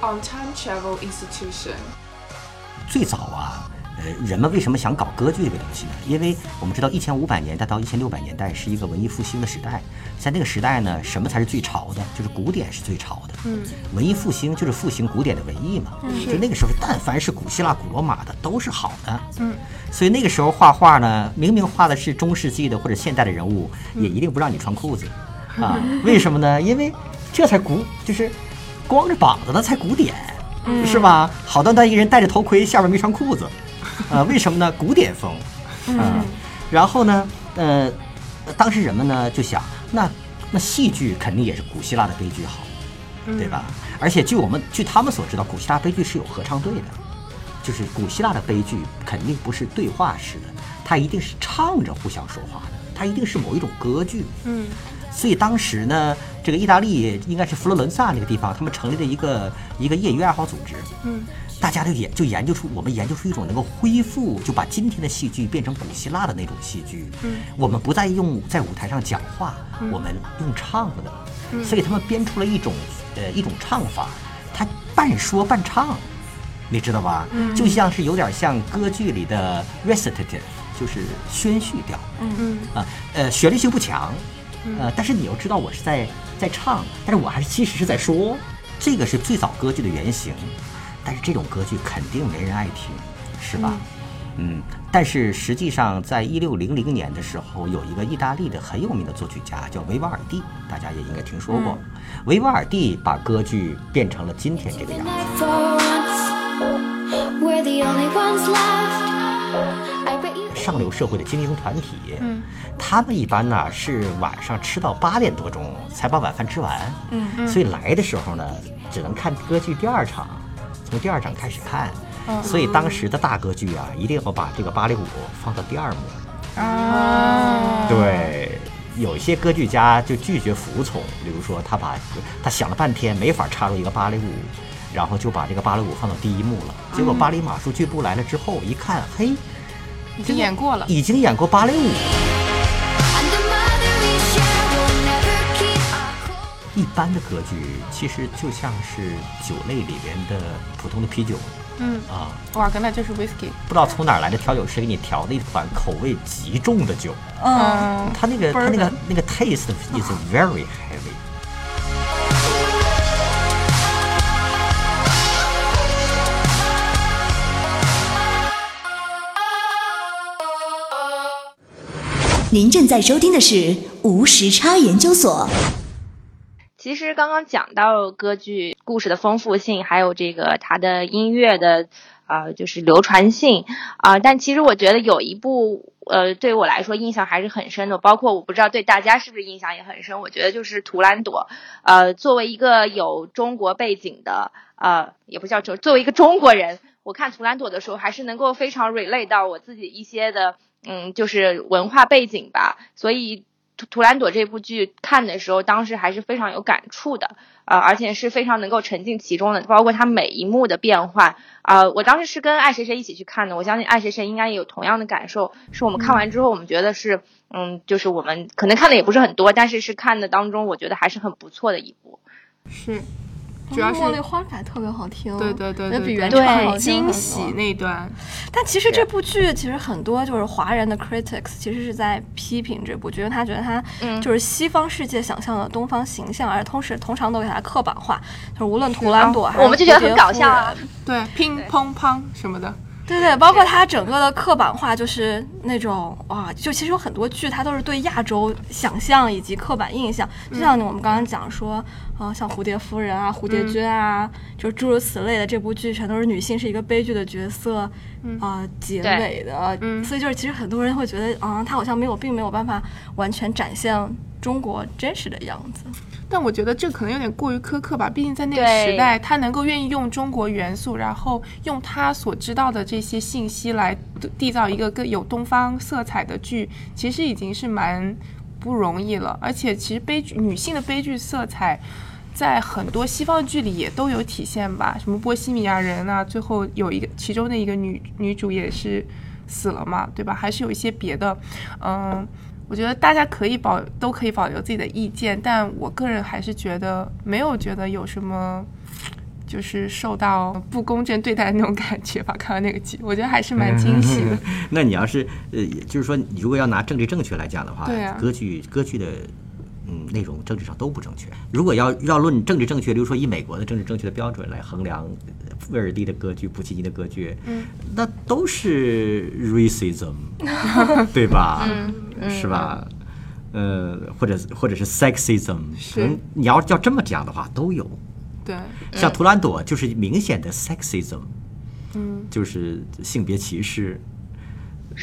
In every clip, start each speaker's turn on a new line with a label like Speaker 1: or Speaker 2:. Speaker 1: on-time travel institution。
Speaker 2: 最早啊，呃，人们为什么想搞歌剧这个东西呢？因为我们知道，一千五百年代到一千六百年代是一个文艺复兴的时代，在那个时代呢，什么才是最潮的？就是古典是最潮的。嗯，文艺复兴就是复兴古典的文艺嘛。嗯，就那个时候，但凡是古希腊、古罗马的都是好的。嗯，所以那个时候画画呢，明明画的是中世纪的或者现代的人物，也一定不让你穿裤子、啊？为什么呢？因为这才古，就是光着膀子那才古典。是吧？好端端一个人戴着头盔，下面没穿裤子，呃，为什么呢？古典风，嗯、然后呢，呃，当时人们呢就想，那那戏剧肯定也是古希腊的悲剧好，对吧？而且据我们据他们所知道，古希腊悲剧是有合唱队的，就是古希腊的悲剧肯定不是对话式的，它一定是唱着互相说话的，它一定是某一种歌剧，嗯。所以当时呢，这个意大利应该是佛罗伦萨那个地方，他们成立了一个一个业余爱好组织，嗯，大家就研就研究出我们研究出一种能够恢复，就把今天的戏剧变成古希腊的那种戏剧，嗯，我们不再用在舞台上讲话，我们用唱的，所以他们编出了一种呃一种唱法，它半说半唱，你知道吧？就像是有点像歌剧里的 recitative，就是宣叙调。嗯嗯。啊，呃，旋律性不强，呃，但是你要知道我是在在唱，但是我还是其实是在说，这个是最早歌剧的原型，但是这种歌剧肯定没人爱听，是吧？嗯，但是实际上，在一六零零年的时候，有一个意大利的很有名的作曲家叫维瓦尔第，大家也应该听说过。维瓦尔第把歌剧变成了今天这个样子。
Speaker 3: For once, we're the only ones left. I bet you.
Speaker 2: 上流社会的精英团体，他们一般呢是晚上吃到八点多钟才把晚饭吃完，所以来的时候呢，只能看歌剧第二场，从第二场开始看，所以当时的大歌剧啊，一定要把这个芭蕾舞放到第二幕，
Speaker 4: 啊
Speaker 2: 嗯对，有一些歌剧家就拒绝服从，比如说他把他想了半天没法插入一个芭蕾舞，然后就把这个芭蕾舞放到第一幕了。结果巴黎马术俱乐部来了之后一看，嘿，
Speaker 5: 已经演过了。
Speaker 2: 已经演过芭蕾舞。
Speaker 3: And the mother we share will never keep our cool.
Speaker 2: 一般的歌剧其实就像是酒类里边的普通的啤酒，
Speaker 5: 嗯
Speaker 2: 啊，
Speaker 5: 哇，跟那就是 whisky。
Speaker 2: 不知道从哪儿来的调酒师给你调的一款口味极重的酒，
Speaker 5: 嗯，
Speaker 2: 它那个它那个
Speaker 5: Bourbon
Speaker 2: 那个 taste is very heavy。
Speaker 6: 您正在收听的是无时差研究所。
Speaker 7: 其实刚刚讲到歌剧故事的丰富性，还有这个它的音乐的啊、呃就是流传性啊、但其实我觉得有一部呃，对我来说印象还是很深的，包括我不知道对大家是不是印象也很深。我觉得就是《图兰朵》，呃，作为一个有中国背景的呃，也不叫中，作为一个中国人，我看《图兰朵》的时候，还是能够非常 relate 到我自己一些的嗯，就是文化背景吧，所以《图图兰朵》这部剧看的时候，当时还是非常有感触的，啊、而且是非常能够沉浸其中的，包括它每一幕的变换，啊、我当时是跟爱谁谁一起去看的，我相信爱谁谁应该也有同样的感受，是我们看完之后，我们觉得是，嗯，就是我们可能看的也不是很多，但是是看的当中，我觉得还是很不错的一部，
Speaker 1: 是，主要是
Speaker 4: 嗯茉莉花感特别好听，
Speaker 1: 对对对
Speaker 4: 那
Speaker 1: 对
Speaker 4: 比原
Speaker 1: 对
Speaker 4: 唱好听很
Speaker 1: 惊
Speaker 4: 多
Speaker 1: 喜那段，
Speaker 4: 但其实这部剧其实很多就是华人的 critics 其实是在批评这部剧，因为他觉得他
Speaker 7: 嗯
Speaker 4: 就是西方世界想象的东方形象，而同时通常都给他刻板化，就是啊无论图兰朵还是、
Speaker 7: 我们就觉得很搞笑啊。
Speaker 1: 对，乒乓乓什么的，
Speaker 4: 对对，包括它整个的刻板化，就是那种哇，就其实有很多剧，它都是对亚洲想象以及刻板印象，嗯就像我们刚刚讲说，呃，像蝴蝶夫人啊、蝴蝶君啊，就是诸如此类的，这部剧全都是女性是一个悲剧的角色，啊、结
Speaker 7: 对
Speaker 4: 尾的，
Speaker 1: 嗯
Speaker 4: 所以就是其实很多人会觉得，啊、它好像没有，并没有办法完全展现中国真实的样子。
Speaker 1: 但我觉得这可能有点过于苛刻吧，毕竟在那个
Speaker 7: 对
Speaker 1: 时代，他能够愿意用中国元素，然后用他所知道的这些信息来缔造一个更有东方色彩的剧，其实已经是蛮不容易了。而且，其实悲剧女性的悲剧色彩。在很多西方剧里也都有体现吧，什么《波西米亚人》啊，最后有一个其中的一个女女主也是死了嘛，对吧？还是有一些别的，嗯，我觉得大家可以保都可以保留自己的意见，但我个人还是觉得没有觉得有什么就是受到不公正对待的那种感觉吧。看完那个剧，我觉得还是蛮惊喜的。
Speaker 2: 那你要是呃，也就是说，你如果要拿政治正确来讲的话，
Speaker 1: 对啊
Speaker 2: 歌剧歌剧的。嗯，内容政治上都不正确。如果要要论政治正确，比如说以美国的政治正确的标准来衡量呃威尔第的歌剧、普契尼的歌剧，嗯，那都是 racism，对吧？
Speaker 1: 嗯
Speaker 2: 是吧？呃，或者或者是 sexism，可能你要要这么讲的话，都有。
Speaker 1: 对，
Speaker 2: 像图兰朵就是明显的 sexism，嗯，就是性别歧视，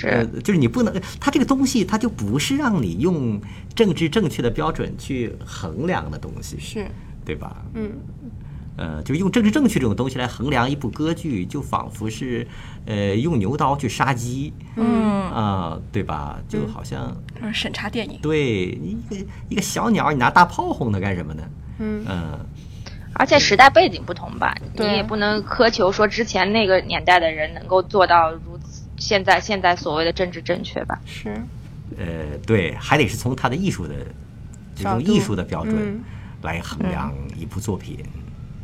Speaker 2: 呃
Speaker 7: 是，
Speaker 2: 就是你不能，它这个东西它就不是让你用政治正确的标准去衡量的东西，
Speaker 1: 是，
Speaker 2: 对吧？
Speaker 1: 嗯，
Speaker 2: 呃，就是用政治正确这种东西来衡量一部歌剧，就仿佛是呃用牛刀去杀鸡，
Speaker 4: 嗯，
Speaker 2: 啊、对吧？就好像、
Speaker 4: 嗯审查电影，
Speaker 2: 对你一个一个小鸟，你拿大炮轰它干什么呢？
Speaker 1: 嗯
Speaker 2: 呃
Speaker 7: 而且时代背景不同吧，你
Speaker 1: 对
Speaker 7: 也不能苛求说之前那个年代的人能够做到如此现在现在所谓的政治正确吧。
Speaker 1: 是，
Speaker 2: 呃，对，还得是从他的艺术的这
Speaker 1: 角
Speaker 2: 种
Speaker 1: 度
Speaker 2: 艺术的标准
Speaker 1: 嗯
Speaker 2: 来衡量一部作品。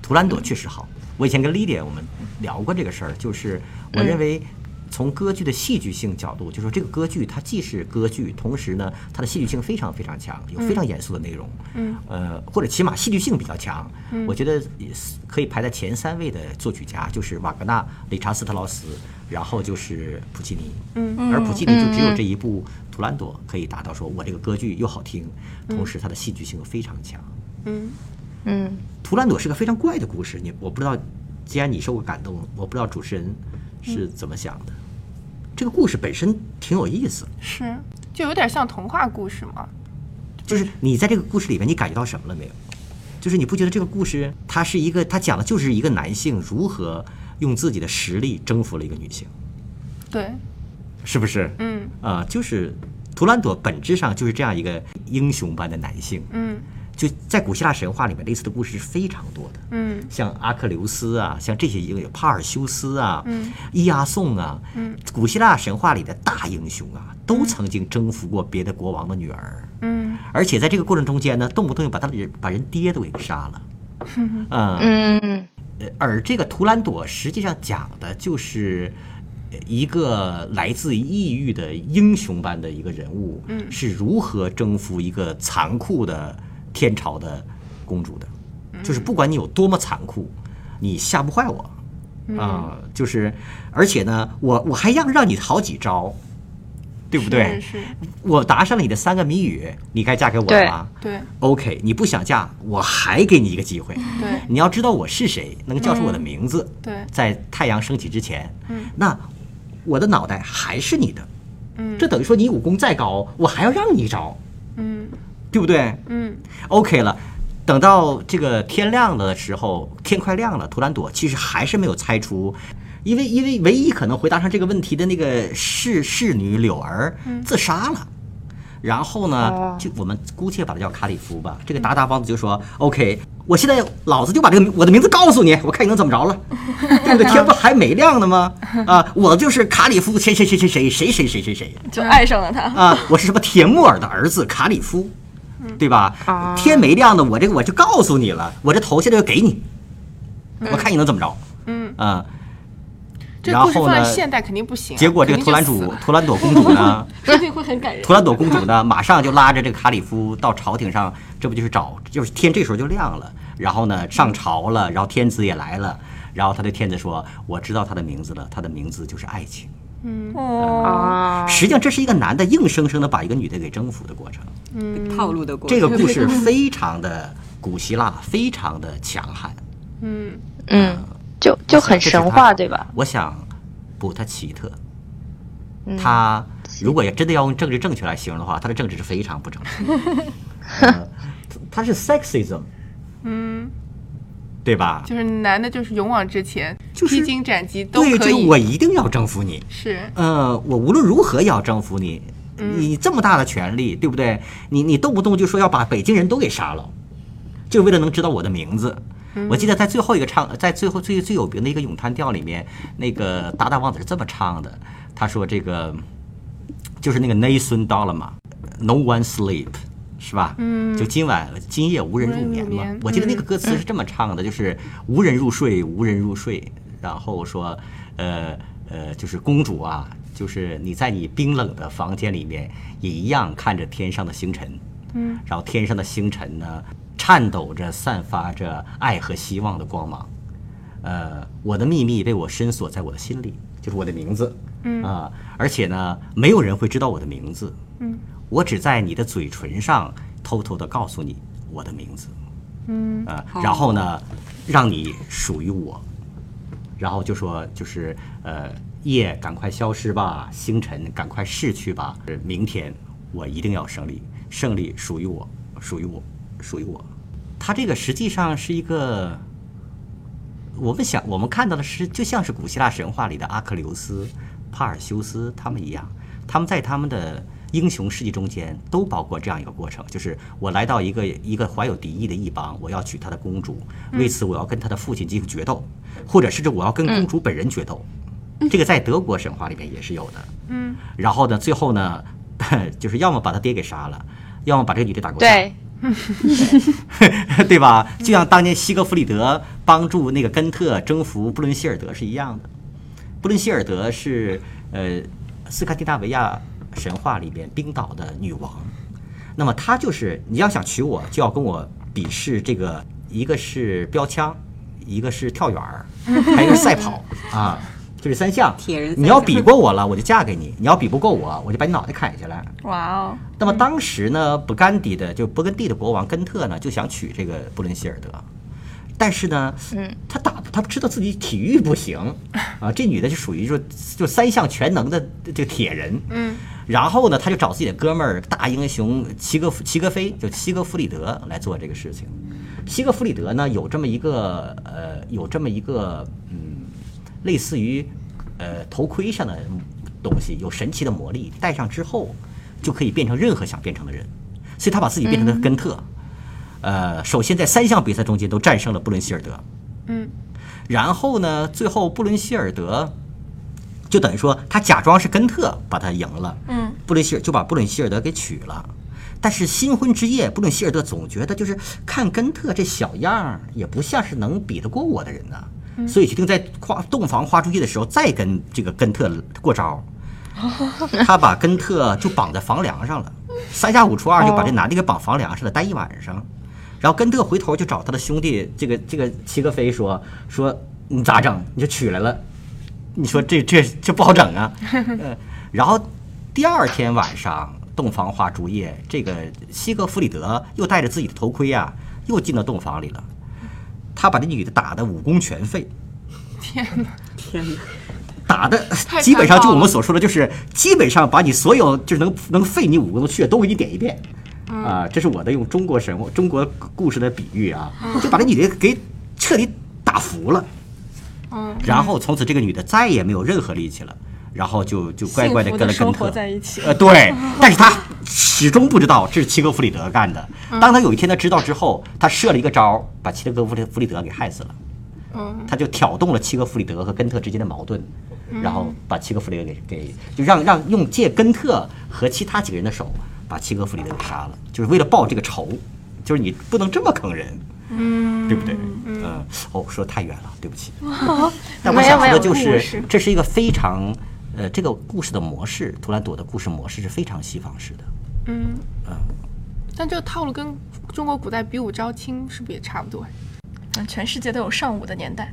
Speaker 2: 图兰朵确实好，我以前跟 Lydia 我们聊过这个事儿，就是
Speaker 1: 嗯
Speaker 2: 我认为从歌剧的戏剧性角度，就说这个歌剧它既是歌剧，同时呢它的戏剧性非常非常强，有非常严肃的内容，嗯，呃，或者起码戏剧性比较强，我觉得也是可以排在前三位的作曲家就是瓦格纳、理查斯特劳斯，然后就是普契尼，嗯，而普契尼就只有这一部《图兰朵》可以达到说我这个歌剧又好听，同时它的戏剧性又非常强。
Speaker 7: 嗯，
Speaker 2: 图兰朵是个非常怪的故事，你我不知道，既然你受过感动，我不知道主持人是怎么想的。这个故事本身挺有意思，
Speaker 1: 是，就有点像童话故事嘛。
Speaker 2: 就是你在这个故事里面，你感觉到什么了没有？就是你不觉得这个故事它是一个，它讲的就是一个男性如何用自己的实力征服了一个女性，
Speaker 1: 对，
Speaker 2: 是不是？
Speaker 1: 嗯
Speaker 2: 啊、就是图兰朵本质上就是这样一个英雄般的男性，
Speaker 1: 嗯
Speaker 2: 就在古希腊神话里面，类似的故事是非常多的。
Speaker 1: 嗯，
Speaker 2: 像阿克琉斯啊，像这些英雄，帕尔修斯啊，
Speaker 1: 嗯
Speaker 2: 伊阿宋啊，古希腊神话里的大英雄啊，都曾经征服过别的国王的女儿，
Speaker 1: 嗯，
Speaker 2: 而且在这个过程中间呢，动不动就把他的人把人爹都给杀了，嗯
Speaker 7: 嗯，
Speaker 2: 呃而这个图兰朵实际上讲的就是呃一个来自异域的英雄般的一个人物，是如何征服一个残酷的天朝的公主的，就是不管你有多么残酷，你吓不坏我。啊、就是，而且呢，我我还让让你好几招，对不对？
Speaker 1: 是是，
Speaker 2: 我答上了你的三个谜语，你该嫁给我了
Speaker 7: 对
Speaker 2: 吧
Speaker 1: 对
Speaker 2: OK，你不想嫁，我还给你一个机会。
Speaker 1: 对
Speaker 2: 你要知道我是谁，能叫出我的名字，
Speaker 1: 对，
Speaker 2: 在太阳升起之前，那我的脑袋还是你的，
Speaker 1: 嗯
Speaker 2: 这等于说你武功再高，我还要让你一招，
Speaker 1: 嗯
Speaker 2: 对不对
Speaker 1: 嗯
Speaker 2: ？OK 了，等到这个天亮了的时候，天快亮了，图兰朵其实还是没有猜出。因为因为唯一可能回答上这个问题的那个侍侍女柳儿
Speaker 1: 嗯
Speaker 2: 自杀了，然后呢
Speaker 7: 哦，
Speaker 2: 就我们姑且把它叫卡里夫吧。这个达达帮子就说：“OK，我现在老子就把这个我的名字告诉你，我看你能怎么着了，对不对？天不还没亮呢吗？啊，我就是卡里夫谁谁谁谁谁谁谁谁谁谁
Speaker 4: 就爱上了他。
Speaker 2: 啊，我是什么铁木尔的儿子卡里夫，对吧？
Speaker 1: 哦
Speaker 2: 天没亮呢，我这个我就告诉你了，我这头现在就给你，我看你能怎么着。”
Speaker 1: 嗯，
Speaker 2: 啊，
Speaker 1: 这
Speaker 2: 然
Speaker 1: 故事
Speaker 2: 后
Speaker 1: 放在
Speaker 2: 呢？
Speaker 1: 现代肯定不行啊、
Speaker 2: 结果这个
Speaker 1: 肯
Speaker 2: 图
Speaker 1: 定
Speaker 2: 兰
Speaker 1: 就死
Speaker 2: 主
Speaker 1: 了
Speaker 2: 图兰朵公主呢，
Speaker 4: 说不定会很感人。
Speaker 2: 图兰朵公主呢，马上就拉着这个卡里夫到朝廷上，这不就是找，就是天这时候就亮了，然后呢上朝了，然后天子也来了，然后他对天子说：“我知道他的名字了，他的名字就是爱情。
Speaker 4: 哦，
Speaker 7: 啊，
Speaker 2: 实际上，这是一个男的硬生生的把一个女的给征服的过程。
Speaker 1: 嗯
Speaker 8: 套路的过程。
Speaker 2: 这个故事非常的古希腊，非常的强悍。
Speaker 1: 嗯
Speaker 7: 嗯，就就很神话，对吧？
Speaker 2: 我想，不，他奇特。
Speaker 7: 嗯
Speaker 2: 他如果要真的要用政治正确来形容的话，他的政治是非常不正确 的。呃他是 sexism，
Speaker 1: 嗯，
Speaker 2: 对吧？
Speaker 1: 就是男的，就是勇往直前，
Speaker 2: 就是
Speaker 1: 披荆斩棘都
Speaker 2: 对，
Speaker 1: 可
Speaker 2: 这个
Speaker 1: 以。
Speaker 2: 我一定要征服你。
Speaker 1: 是，
Speaker 2: 呃，我无论如何也要征服你。你这么大的权利，对不对？你你动不动就说要把北京人都给杀了，就为了能知道我的名字。我记得在最后一个唱，在最后最最有名的一个咏叹调里面，那个达达王子是这么唱的，他说这个就是那个 Nathan d o l l a m a n o one sleep。是吧？
Speaker 1: 嗯
Speaker 2: 就今晚今夜无人入眠
Speaker 1: 无人
Speaker 2: 嘛
Speaker 1: 入眠。嗯
Speaker 2: 我记得那个歌词是这么唱的，就是无人入睡，无人入睡。然后说，呃呃，就是公主啊，就是你在你冰冷的房间里面，也一样看着天上的星辰。
Speaker 1: 嗯，
Speaker 2: 然后天上的星辰呢，颤抖着散发着爱和希望的光芒。呃，我的秘密被我深锁在我的心里，就是我的名字。嗯啊、而且呢，没有人会知道我的名字。
Speaker 1: 嗯，
Speaker 2: 我只在你的嘴唇上偷偷的告诉你我的名字。嗯啊、然后呢，让你属于我。然后就说就是呃，夜赶快消失吧，星辰赶快逝去吧，呃明天我一定要胜利，胜利属于我，属于我，属于我。它这个实际上是一个，我们想我们看到的是，就像是古希腊神话里的阿克琉斯、帕尔修斯他们一样，他们在他们的英雄事迹中间都包括这样一个过程，就是我来到一个一个怀有敌意的一邦，我要娶她的公主，为此我要跟她的父亲进行决斗，或者甚至我要跟公主本人决斗。这个在德国神话里面也是有的。
Speaker 1: 嗯，
Speaker 2: 然后呢，最后呢， 就是要么把他爹给杀了，要么把这个女的打过去。
Speaker 7: 对，
Speaker 2: 对吧？
Speaker 8: 嗯
Speaker 2: 就像当年西格弗里德帮助那个根特征服布伦希尔德是一样的。布伦希尔德是呃斯堪的纳维亚神话里边冰岛的女王，那么她就是你要想娶我，就要跟我比试这个，一个是标枪，一个是跳远儿，还有一个是赛 跑啊，就是三项。
Speaker 8: 铁人三项
Speaker 2: 你要比过我了，我就嫁给你；你要比不过我，我就把你脑袋砍下来。
Speaker 4: 哇哦，
Speaker 2: 那么当时呢，勃艮第的就勃艮第的国王根特呢，就想娶这个布伦希尔德，但是呢，
Speaker 7: 嗯，
Speaker 2: 他打他知道自己体育不行啊，这女的就属于说就三项全能的这个铁人，嗯，然后呢，他就找自己的哥们儿大英雄齐格夫齐格飞，就齐格弗里德来做这个事情。齐格弗里德呢，有这么一个呃，有这么一个嗯，类似于呃头盔上的东西，有神奇的魔力，戴上之后就可以变成任何想变成的人，所以他把自己变成了根特。呃，首先在三项比赛中间都战胜了布伦希尔德，
Speaker 1: 嗯，
Speaker 2: 然后呢，最后布伦希尔德就等于说他假装是根特把他赢了，嗯，布伦希尔就把布伦希尔德给娶了。但是新婚之夜，布伦希尔德总觉得就是看根特这小样儿，也不像是能比得过我的人呐、所以决定在花洞房花烛夜的时候再跟这个根特过招儿。他把根特就绑在房梁上了，三下五除二就把这男的给绑房梁上了，待一晚上。然后根特回头就找他的兄弟这个这个齐格飞说说你咋整？你就娶来了，你说这这这不好 整啊。呃然后第二天晚上洞房花烛夜，这个西格弗里德又戴着自己的头盔啊，又进到洞房里了。他把这女的打得武功全废，
Speaker 1: 天哪，
Speaker 8: 天哪！
Speaker 2: 打的
Speaker 1: 太
Speaker 2: 基本上
Speaker 1: 残暴
Speaker 2: 就
Speaker 1: 了
Speaker 2: 我们所说的，就是基本上把你所有就是能能废你武功的穴都给你点一遍。
Speaker 1: 嗯
Speaker 2: 啊，这是我的用中国神话、中国故事的比喻啊，就把这女的给彻底打服了。
Speaker 1: 嗯，
Speaker 2: 然后从此这个女的再也没有任何力气了，然后就就乖乖的
Speaker 4: 幸福
Speaker 2: 跟
Speaker 4: 地
Speaker 2: 了
Speaker 4: 生
Speaker 2: 根
Speaker 4: 活
Speaker 2: 特。
Speaker 4: 在一起。
Speaker 2: 呃，对，但是他始终不知道这是齐格弗里德干的。当他有一天他知道之后，他设了一个招儿，把齐格弗里弗里德给害死了。
Speaker 4: 嗯
Speaker 2: 他就挑动了齐格弗里德和根特之间的矛盾，然后把齐格弗里德给给就让让用借根特和其他几个人的手把齐格弗里德给杀了，就是为了报这个仇，就是你不能这么坑人，嗯，对不对？嗯，哦，说得太远了，对不起。 但我想说的就
Speaker 4: 没有没有
Speaker 2: 是
Speaker 4: 故事，
Speaker 2: 这是一个非常呃，这个故事的模式，图兰朵的故事模式是非常西方式的。
Speaker 1: 嗯，但这个套路跟中国古代比武招亲是不是也差不多？
Speaker 4: 嗯全世界都有尚武的年代，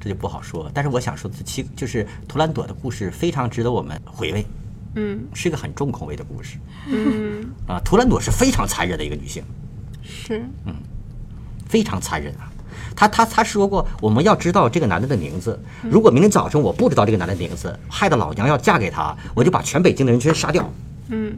Speaker 2: 这就不好说，但是我想说的，其就是图兰朵的故事非常值得我们回味，
Speaker 1: 嗯
Speaker 2: 是个很重口味的故事。
Speaker 1: 嗯，
Speaker 2: 啊，图兰朵是非常残忍的一个女性，
Speaker 1: 是，
Speaker 2: 非常残忍啊。她她她说过，我们要知道这个男的的名字。如果明天早上我不知道这个男的名字，害得老娘要嫁给他，我就把全北京的人全杀掉。
Speaker 1: 嗯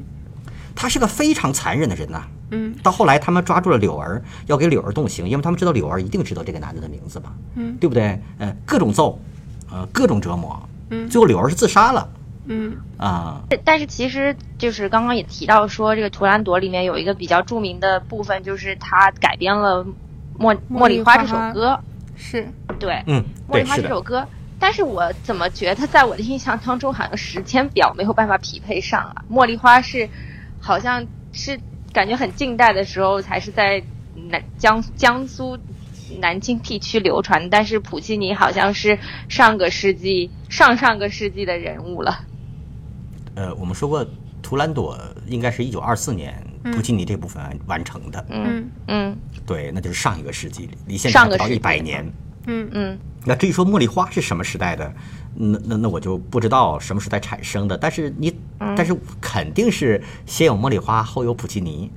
Speaker 2: 她是个非常残忍的人呐、
Speaker 1: 嗯，
Speaker 2: 到后来他们抓住了柳儿，要给柳儿动刑，因为他们知道柳儿一定知道这个男的的名字嘛，
Speaker 1: 嗯，
Speaker 2: 对不对？呃，各种揍，呃，各种折磨，嗯，最后柳儿是自杀了
Speaker 1: 嗯
Speaker 2: 啊、
Speaker 7: 但是其实就是刚刚也提到说，这个《图兰朵》里面有一个比较著名的部分，就是它改编了茉《茉莉花》这首歌。
Speaker 1: 是，
Speaker 7: 对，
Speaker 2: 嗯，
Speaker 7: 茉莉
Speaker 2: 对，
Speaker 7: 花》
Speaker 2: 是的
Speaker 7: 这首，歌，但是我怎么觉得在我的印象当中，好像时间表没有办法匹配上啊？《茉莉花》是好像是感觉很近代的时候才是在南江江苏南京地区流传，但是普契尼好像是上个世纪上上个世纪的人物了。
Speaker 2: 呃，我们说过，图兰朵应该是一九二四年
Speaker 1: 嗯
Speaker 2: 普契尼这部分完成的，
Speaker 7: 嗯嗯
Speaker 2: 对，那就是上一个世纪，离现在
Speaker 7: 上
Speaker 2: 还
Speaker 7: 个
Speaker 2: 不到
Speaker 7: 世
Speaker 2: 一
Speaker 7: 纪
Speaker 2: 百年。
Speaker 7: 嗯
Speaker 2: 那至于说茉莉花是什么时代的，那那那我就不知道什么时代产生的，但是你，
Speaker 7: 嗯
Speaker 2: 但是肯定是先有茉莉花，后有普契尼。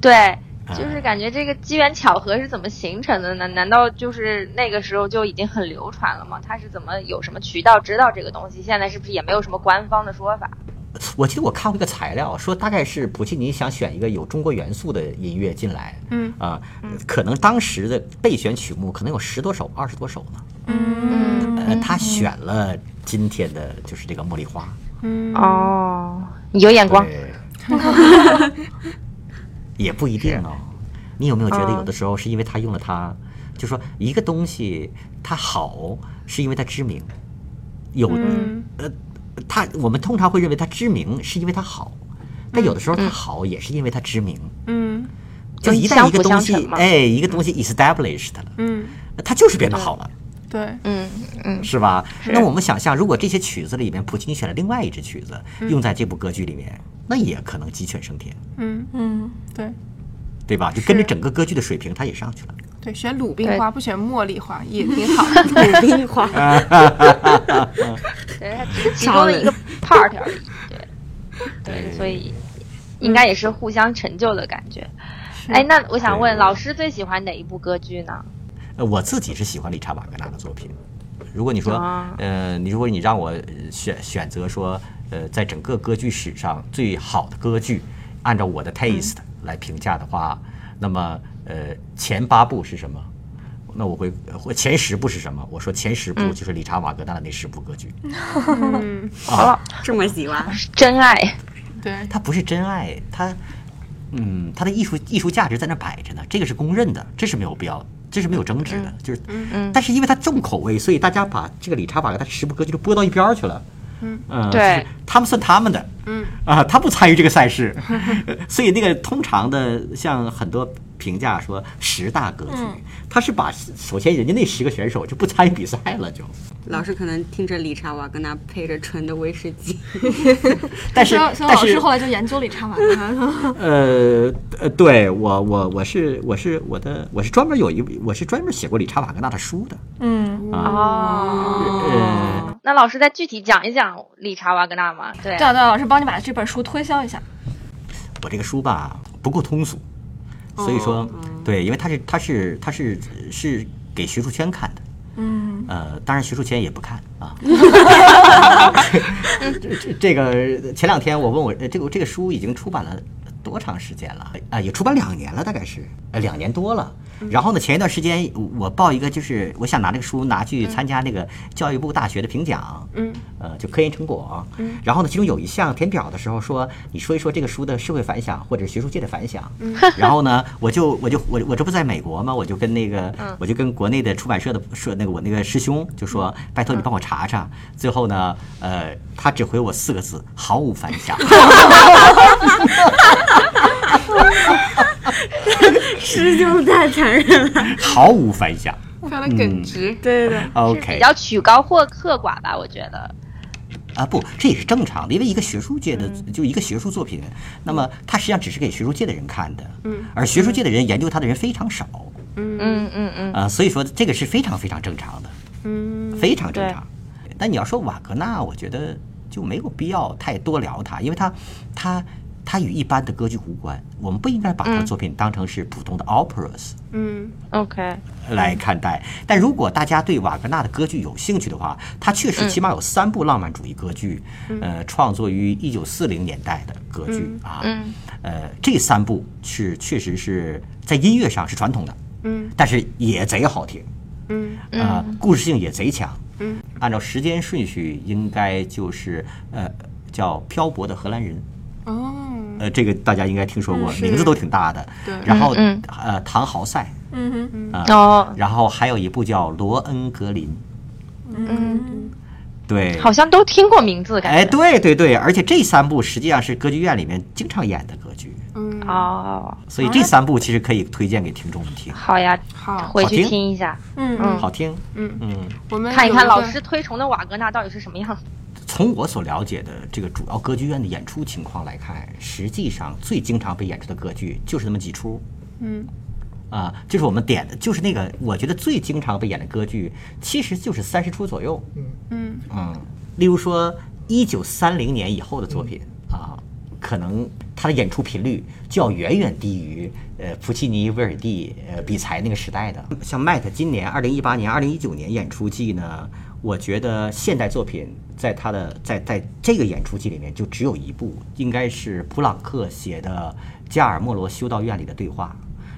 Speaker 7: 对。
Speaker 2: 啊
Speaker 7: 就是感觉这个机缘巧合是怎么形成的呢？难道就是那个时候就已经很流传了吗？它是怎么有什么渠道知道这个东西？现在是不是也没有什么官方的说法？
Speaker 2: 我记得我看过一个材料，说大概是普契尼想选一个有中国元素的音乐进来，
Speaker 1: 嗯
Speaker 2: 啊、可能当时的备选曲目可能有十多首、二十多首呢。
Speaker 7: 嗯
Speaker 2: 呃，他选了今天的就是这个茉莉花，
Speaker 1: 嗯，
Speaker 7: 哦，有眼光。
Speaker 2: 对， 也不一定哦。你有没有觉得有的时候是因为他用了它，就说一个东西它好是因为它知名，有、
Speaker 1: 嗯
Speaker 2: 呃，它我们通常会认为它知名是因为它好，
Speaker 7: 嗯
Speaker 2: 但有的时候它好也是因为它知名。
Speaker 1: 嗯
Speaker 2: 就一旦
Speaker 7: 相
Speaker 2: 一个
Speaker 7: 辅
Speaker 2: 东
Speaker 7: 相
Speaker 2: 西
Speaker 7: 成，嘛
Speaker 2: 哎，一个东西 established 了，
Speaker 1: 嗯，
Speaker 2: 它就是变得好了，
Speaker 1: 对，
Speaker 7: 嗯嗯
Speaker 2: 是吧？那我们想象，如果这些曲子里面，普契尼选了另外一支曲子，
Speaker 7: 嗯
Speaker 2: 用在这部歌剧里面，那也可能鸡犬升天，
Speaker 1: 嗯
Speaker 4: 嗯，
Speaker 1: 对
Speaker 2: 对吧？就跟着整个歌剧的水平，它也上去了。
Speaker 1: 对，选鲁
Speaker 7: 对
Speaker 1: 冰花不选茉莉花也挺好的。
Speaker 8: 冰花，
Speaker 7: 对，它只是其中的一个 part 而已。 对，对，所以应该也是互相成就的感觉。哎，那我想问，
Speaker 2: 对
Speaker 7: 老师最喜欢哪一部歌剧呢？
Speaker 2: 呃，我自己是喜欢理查瓦格纳的作品。如果你说
Speaker 7: 啊，
Speaker 2: 呃，你如果你让我呃选选择说，呃，在整个歌剧史上最好的歌剧，按照我的 taste 来评价的话，那么呃，前八部是什么？那我会呃或前十部是什么？我说前十部就是理查瓦格纳的那十部歌剧，啊，
Speaker 8: 这么喜欢，
Speaker 7: 真爱。
Speaker 1: 对，
Speaker 2: 它不是真爱，它，嗯，它的艺术艺术价值在那摆着呢，这个是公认的，这是没有必要，这是没有争执的，就是，但是因为它重口味，所以大家把这个理查瓦格纳十部歌剧都拨到一边儿去了。嗯，
Speaker 7: 对
Speaker 2: 就是他们算他们的，嗯啊，他不参与这个赛事， 呃所以那个通常的，像很多评价说十大歌剧，他是把首先人家那十个选手就不参与比赛了，就，
Speaker 8: 老师可能听着理查瓦格纳配着纯的威士忌，
Speaker 2: 但是
Speaker 4: 所以所
Speaker 2: 但
Speaker 4: 以老
Speaker 2: 是
Speaker 4: 师后来就研究理查瓦格纳，
Speaker 2: 呃呃，对我我我是我是我的我是专门有一我是专门写过理查瓦格纳的书的，
Speaker 4: 嗯，
Speaker 2: 呃，
Speaker 7: 那老师再具体讲一讲理查瓦格纳吗？对
Speaker 4: 对，啊对啊，老师帮你把这本书推销一下，
Speaker 2: 我这个书吧不够通俗，所以说、对，因为它是它是它是是给学术圈看的，
Speaker 4: 嗯，
Speaker 2: 呃，当然学术圈也不看 啊。这这这个前两天我问我呃这个这个书已经出版了多长时间了？啊、也出版两年了，大概是呃两年多了。然后呢，前一段时间我我报一个，就是我想拿这个书拿去参加那个教育部大学的评奖，嗯，呃，就科研成果。嗯，然后呢，其中有一项填表的时候说，你说一说这个书的社会反响或者是学术界的反响。嗯，然后呢，我就我就我我这不在美国吗？我就跟那个我就跟国内的出版社的社那个我那个师兄就说，拜托你帮我查查。最后呢，呃，他只回我四个字，毫无反响。
Speaker 8: 师兄太残忍了。
Speaker 2: 毫无反响。
Speaker 1: 非常的耿直。
Speaker 8: 对的，
Speaker 7: 是比
Speaker 2: OK
Speaker 7: 较曲高或客寡吧，我觉得。
Speaker 2: 啊，不，这也是正常的，因为一个学术界的、就一个学术作品，那么它实际上只是给学术界的人看的，嗯，而学术界的人研究它的人非常少，
Speaker 7: 嗯嗯嗯，
Speaker 2: 啊，所以说这个是非常非常正常的，嗯，非常正常。但你要说瓦格纳，我觉得就没有必要太多聊他，因为他他他与一般的歌剧无关，我们不应该把他的作品当成是普通的 operas，
Speaker 1: 嗯
Speaker 7: OK，
Speaker 2: 来看待。但如果大家对瓦格纳的歌剧有兴趣的话，他确实起码有三部浪漫主义歌剧，呃，创作于一九四零年代的歌剧啊，
Speaker 7: 嗯
Speaker 2: 呃，这三部是确实是在音乐上是传统的，
Speaker 1: 嗯
Speaker 2: 但是也贼好听，
Speaker 1: 嗯
Speaker 2: 呃，故事性也贼强，嗯，按照时间顺序应该就是呃叫《漂泊的荷兰人》。
Speaker 1: 哦，
Speaker 2: 呃，这个大家应该听说过，名字都挺大的。
Speaker 1: 对
Speaker 2: 然后
Speaker 7: 嗯
Speaker 2: 呃，唐豪塞，
Speaker 4: 嗯 哼，
Speaker 2: 啊
Speaker 7: 哦，
Speaker 2: 然后还有一部叫《罗恩格林》，
Speaker 7: 嗯，
Speaker 2: 对，哎
Speaker 7: 好像都听过名字，感觉。
Speaker 2: 哎，对对对，而且这三部实际上是歌剧院里面经常演的歌剧，
Speaker 1: 嗯
Speaker 7: 哦，
Speaker 2: 所以这三部其实可以推荐给听众们听，
Speaker 7: 好呀，
Speaker 1: 好，
Speaker 7: 回
Speaker 2: 好
Speaker 7: 去
Speaker 2: 听
Speaker 7: 听一下，
Speaker 1: 嗯
Speaker 7: 嗯
Speaker 2: 好听。
Speaker 1: 嗯
Speaker 2: 嗯，
Speaker 1: 我们
Speaker 7: 看一
Speaker 1: 有
Speaker 7: 看老
Speaker 1: 个
Speaker 7: 师推崇的瓦格纳到底是什么样。
Speaker 2: 从我所了解的这个主要歌剧院的演出情况来看，实际上最经常被演出的歌剧就是那么几出。
Speaker 1: 嗯，
Speaker 2: 啊，就是我们点的，就是那个我觉得最经常被演的歌剧，其实就是三十出左右。
Speaker 1: 嗯
Speaker 2: 嗯，例如说一九三零年以后的作品啊，可能它的演出频率就要远远低于呃普契尼、威尔第、呃比才那个时代的。像麦特今年二零一八年、二零一九年演出季呢，我觉得现代作品在他的在在这个演出季里面就只有一部，应该是普朗克写的《加尔默罗修道院里的对话》。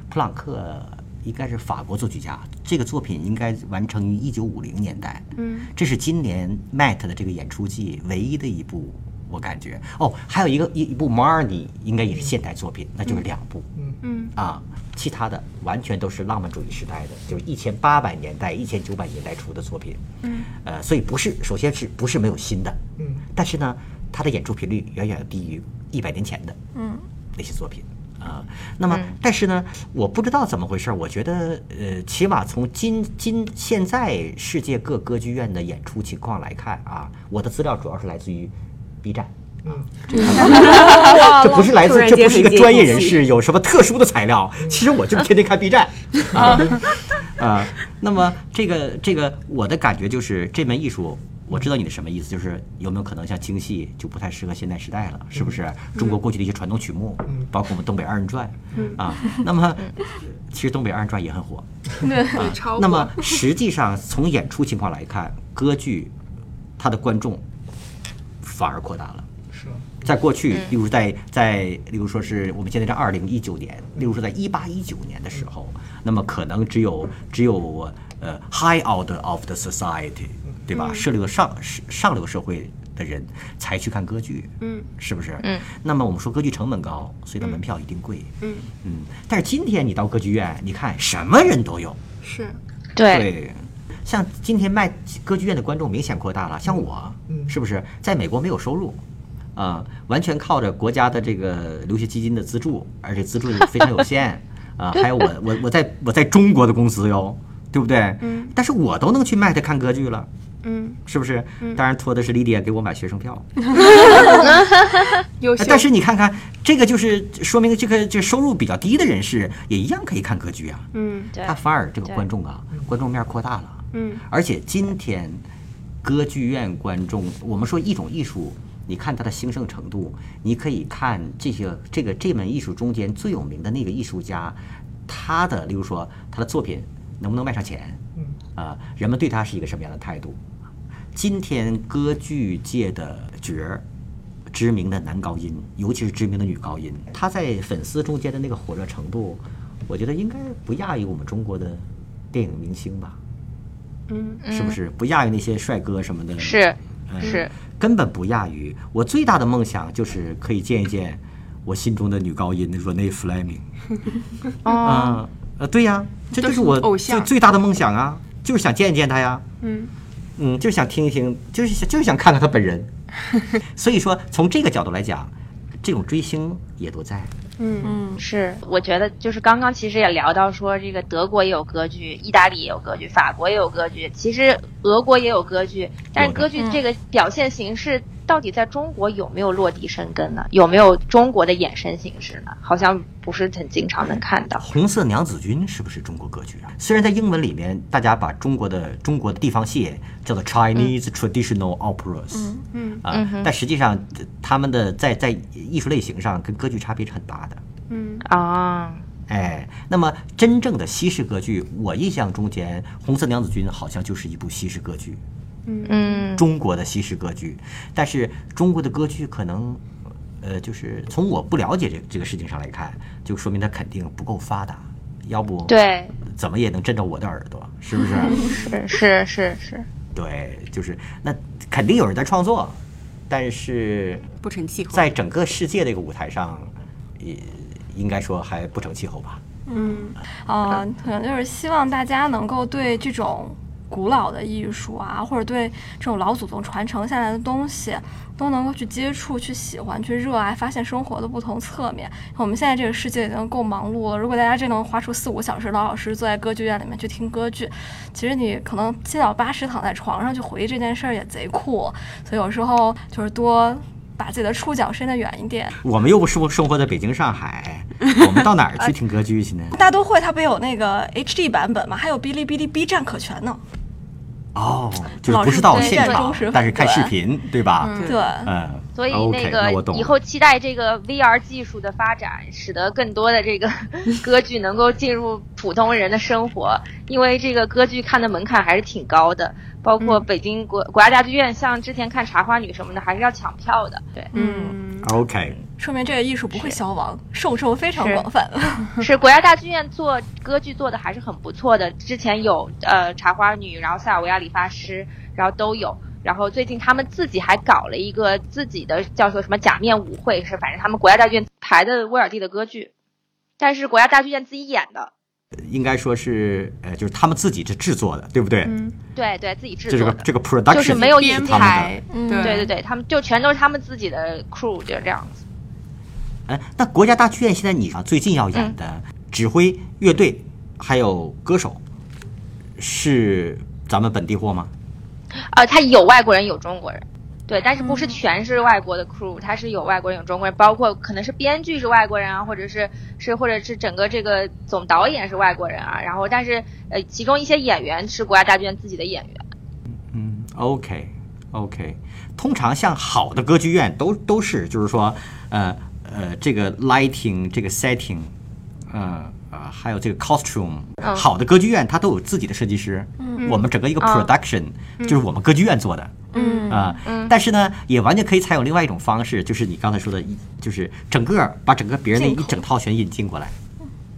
Speaker 2: 普朗克应该是法国作曲家，这个作品应该完成于一九五零年代。嗯，这是今年 Matt 的这个演出季唯一的一部，我感觉。哦，还有一个一一部 Marni 应该也是现代作品，那就是两部。嗯嗯啊，其他的完全都是浪漫主义时代的，就是一千八百年代、一千九百年代初的作品。嗯，呃，所以不是，首先是不是没有新的？嗯，但是呢，它的演出频率远远低于一百年前的。嗯，那些作品。啊，那么但是呢，我不知道怎么回事儿，我觉得呃，起码从今今现在世界各歌剧院的演出情况来看啊，我的资料主要是来自于 B 站。啊，这这不是来
Speaker 8: 突
Speaker 2: 自，
Speaker 8: 然
Speaker 2: 这
Speaker 8: 间
Speaker 2: 不是一个
Speaker 8: 很接
Speaker 2: 专业
Speaker 8: 地
Speaker 2: 人
Speaker 8: 气
Speaker 2: 士有什么特殊的材 料，其实我就是天天看 B 站啊啊。那么这个这个，我的感觉就是这门艺术，我知道你的什么意思，就是有没有可能像京戏就不太适合现代时代了，是不是？
Speaker 8: 嗯
Speaker 2: 中国过去的一些传统曲目，包括我们东北二人转
Speaker 8: 嗯
Speaker 2: 啊，那么其实东北二人转也很 火，啊。那么实际上从演出情况来看，歌剧它的观众反而扩大了。在过去，例如在在，例如说是我们现在在二零一九年，例如说在一八一九年的时候，那么可能只有只有呃 high order of the society，对吧？上流上上流社会的人才去看歌剧，嗯，是不是？嗯，那么我们说歌剧成本高，所以它门票一定贵，嗯嗯。但是今天你到歌剧院，你看什么人都有，
Speaker 1: 是
Speaker 7: 对，
Speaker 2: 对，像今天卖歌剧院的观众明显扩大了，像我，是不是在美国没有收入？啊、完全靠着国家的这个留学基金的资助，而且资助也非常有限 啊、还有我我我在我在中国的公司哟，对不对？嗯。但是我都能去麦特看歌剧了，嗯，是不是？当然托的是莉迪亚给我买学生 票，
Speaker 1: 优秀
Speaker 2: 哎，但是你看看，这个就是说明这个这收入比较低的人士也一样可以看歌剧啊。
Speaker 1: 嗯
Speaker 7: 对
Speaker 2: 他反而这个
Speaker 7: 对
Speaker 2: 观众啊，观众面儿扩大了。
Speaker 1: 嗯，
Speaker 2: 而且今天歌剧院观众，我们说一种艺术，你看它的兴盛程度，你可以看这些这个这门艺术中间最有名的那个艺术家，他的例如说他的作品能不能卖上钱，嗯，啊，人们对他是一个什么样的态度？今天歌剧界的角儿，知名的男高音，尤其是知名的女高音，她在粉丝中间的那个火热程度，我觉得应该不亚于我们中国的电影明星吧？嗯，是不是不亚于那些帅哥什么的？
Speaker 7: 是
Speaker 2: 嗯
Speaker 7: 是，
Speaker 2: 根本不亚于我最大的梦想，就是可以见一见我心中的女高音 Rene Fleming。
Speaker 7: 哦，
Speaker 2: 啊，呃，对呀，这
Speaker 1: 都
Speaker 2: 就是
Speaker 1: 是
Speaker 2: 我
Speaker 1: 偶
Speaker 2: 最
Speaker 1: 像
Speaker 2: 最大的梦想啊，就是想见一见他呀。
Speaker 1: 嗯
Speaker 2: 嗯，就是想听一听，就是想就是想看看他 本人。所以说，从这个角度来讲，这种追星也都在。
Speaker 1: 嗯
Speaker 7: 是，我觉得就是刚刚其实也聊到说，这个德国也有歌剧，意大利也有歌剧，法国也有歌剧，其实俄国也有歌剧，但是
Speaker 2: 有的
Speaker 7: 歌剧这个表现形式到底在中国有没有落地生根呢？有没有中国的衍生形式呢？好像不是很经常能看到。
Speaker 2: 红色娘子军是不是中国歌剧啊？虽然在英文里面，大家把中国的中国的地方戏叫做 Chinese traditional operas，嗯嗯啊，但实际上呃他们的在在艺术类型上跟歌剧差别是很大的。
Speaker 7: 啊，
Speaker 2: 哎，那么真正的西式歌剧，我印象中间，《红色娘子军》好像就是一部西式歌剧，
Speaker 7: 嗯，
Speaker 2: 中国的西式歌剧。但是中国的歌剧可能，呃，就是从我不了解这这个事情上来看，就说明它肯定不够发达，要不
Speaker 7: 对，
Speaker 2: 怎么也能震着我的耳朵，是不是？
Speaker 7: 是是是是，
Speaker 2: 对，就是那肯定有人在创作，但是
Speaker 8: 不成气候。
Speaker 2: 在整个世界的一个舞台上，也应该说还不成气候吧。
Speaker 4: 嗯啊、可能就是希望大家能够对这种古老的艺术啊，或者对这种老祖宗传承下来的东西，都能够去接触、去喜欢、去热爱，发现生活的不同侧面。我们现在这个世界已经够忙碌了，如果大家真能花出四五小时，老老实实坐在歌剧院里面去听歌剧，其实你可能七老八十躺在床上去回忆这件事儿也贼酷。所以有时候就是多把自己的触角伸得远一点。
Speaker 2: 我们又不生生活在北京、上海，我们到哪儿去听歌剧去呢？
Speaker 4: 大都会它不也有那个 HD 版本吗？还有哔哩哔哩 B 站可全呢。
Speaker 2: 哦，就
Speaker 4: 老
Speaker 2: 是不
Speaker 4: 是
Speaker 2: 是到
Speaker 4: 对
Speaker 2: 现
Speaker 4: 对
Speaker 2: 场
Speaker 4: 忠实，
Speaker 2: 但是看
Speaker 4: 粉
Speaker 2: 视
Speaker 4: 丝
Speaker 2: 频，对吧？
Speaker 4: 对，
Speaker 2: 嗯，
Speaker 7: 所以
Speaker 2: OK，
Speaker 7: 那个
Speaker 2: 我懂
Speaker 7: 以
Speaker 2: 了
Speaker 7: 后期待这个 VR 技术的发展，使得更多的这个 歌剧能够进入普通人的生活，因为这个歌剧看的门槛还是挺高的，包括北京国、国家大剧院，像之前看《茶花女》什么的，还是要抢票的。对，
Speaker 4: 嗯，
Speaker 2: OK，
Speaker 4: 说明这个艺术不会消亡，受众非常
Speaker 7: 是
Speaker 4: 广泛。
Speaker 2: 嗯
Speaker 7: 是国家大剧院做歌剧做的还是很不错的，之前有呃《茶花女》，然后《塞尔维亚理发师》，然后都有。然后最近他们自己还搞了一个自己的叫做什么假面舞会，是反正他们国家大剧院排的威尔第的歌剧，但是国家大剧院自己演的，
Speaker 2: 应该说是呃，就是他们自己是制作的，对不对？
Speaker 7: 对对，自己嗯制
Speaker 2: 这是
Speaker 7: 作
Speaker 2: 个
Speaker 7: 的，
Speaker 2: 这个 production
Speaker 7: 就是没有
Speaker 2: 是
Speaker 1: 编
Speaker 2: 他们的。
Speaker 1: 排，
Speaker 4: 嗯
Speaker 1: 对
Speaker 7: 对对对，他们就全都是他们自己的 crew，就是这样子。
Speaker 2: 哎，那国家大剧院现在你啊最近要
Speaker 7: 嗯
Speaker 2: 演的指挥乐队还有歌手是咱们本地货吗？
Speaker 7: 呃，他有外国人，有中国人。对，但是不是全是外国的 crew，他是有外国人有中国人，包括可能是编剧是外国人啊，或者是是或者是整个这个总导演是外国人啊，然后但是呃，其中一些演员是国家大剧院自己的演员，
Speaker 2: 嗯，OK OK，通常像好的歌剧院都都是就是说，呃呃，这个 lighting 这个 setting，呃呃，还有这个 costume，、
Speaker 7: 嗯
Speaker 2: 好的歌剧院它都有自己的设计师。嗯，我们整个一个 production、就是我们歌剧院做的。
Speaker 4: 嗯
Speaker 2: 啊、但是呢，也完全可以采用另外一种方式，就是你刚才说的，一就是整个把整个别人的
Speaker 4: 进
Speaker 2: 一
Speaker 4: 口
Speaker 2: 整套全引进过来。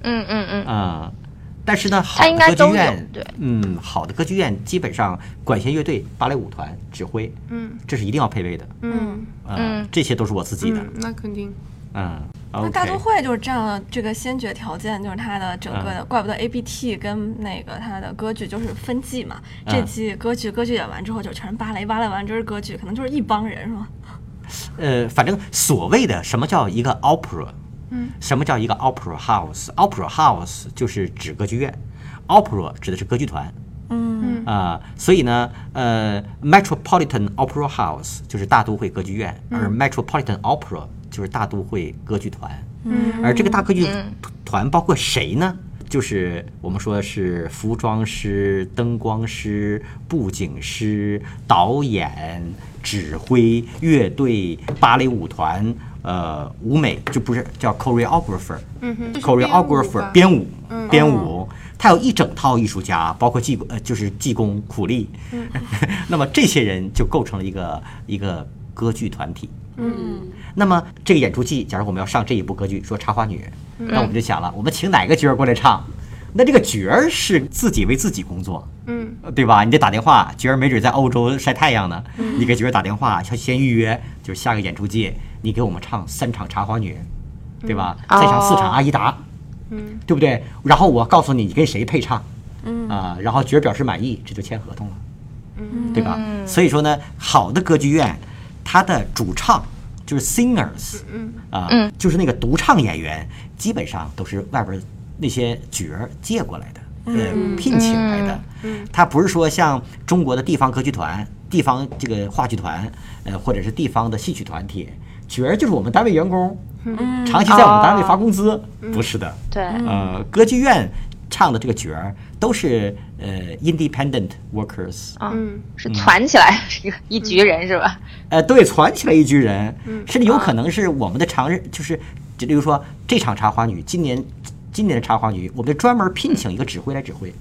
Speaker 7: 嗯嗯嗯，
Speaker 2: 啊、但是呢，好
Speaker 7: 它应该
Speaker 2: 的歌剧
Speaker 7: 都有
Speaker 2: 院，
Speaker 7: 对，
Speaker 2: 嗯，好的歌剧院基本上管弦乐队、芭蕾舞团、指挥，嗯，这是一定要配备的，
Speaker 1: 嗯
Speaker 2: 呃、
Speaker 7: 嗯
Speaker 2: 这些都是我自己的，
Speaker 1: 嗯，那肯定，
Speaker 2: 嗯
Speaker 4: 那
Speaker 2: ，OK，
Speaker 4: 大都会就是占了这个先决条件，就是它的整个
Speaker 2: 嗯
Speaker 4: 的，怪不得 A B T 跟那个它的歌剧就是分季嘛。这
Speaker 2: 嗯
Speaker 4: 季歌剧，歌剧演完之后就全是芭蕾，芭蕾完就是歌剧，可能就是一帮人是吧？
Speaker 2: 呃，反正所谓的什么叫一个 opera，嗯，什么叫一个 opera house？opera house 就是指歌剧院，opera 指的是歌剧团，嗯啊、所以呢，呃，Metropolitan Opera House 就是大都会歌剧院，而
Speaker 7: 嗯
Speaker 2: Metropolitan Opera 就是大都会歌剧团，嗯，而这个大歌剧团包括谁呢？就是我们说是服装师、灯光师、布景师、导演、指挥、乐队、芭蕾舞团，呃，舞美就不是叫 choreographer，嗯哼，choreographer 编舞，编舞，他有一整套艺术家，包括技呃就是技工、苦力， 那么这些人就构成了一个一个歌剧团体，那么这个演出季，假如我们要上这一部歌剧，说《茶花女》，那我们就想了，我们请哪个角儿过来唱？那这个角儿是自己为自己工作，呃
Speaker 1: 嗯，
Speaker 2: 对吧？你得打电话，角儿没准在欧洲晒太阳呢，你给角儿打电话，要先预约，就是下个演出季，你给我们唱三场《茶花女》，对吧？再唱四场《阿依达》，哦嗯，对不对？然后我告诉你，你跟谁配唱，嗯啊，然后角儿表示满意，这就签合同了。对吧？所以说呢，好的歌剧院，它的主唱就是 singers，啊、就是那个独唱演员，基本上都是外边那些角儿借过来的，呃，聘请来的。它不是说像中国的地方歌剧团、地方这个话剧团，呃，或者是地方的戏曲团体，角儿就是我们单位员工，长期在我们单位发工资，不是的。
Speaker 7: 对，
Speaker 2: 呃，歌剧院唱的这个角儿都是呃 independent workers，
Speaker 1: 嗯
Speaker 7: 是攒起来 是一个一局人是吧？
Speaker 2: 呃，对，攒起来一局人，
Speaker 7: 嗯
Speaker 2: 甚
Speaker 7: 啊
Speaker 2: 至有可能是我们的常人，就是，就比如说这场茶花女，今年今年的茶花女，我们就专门聘请一个指挥来指挥，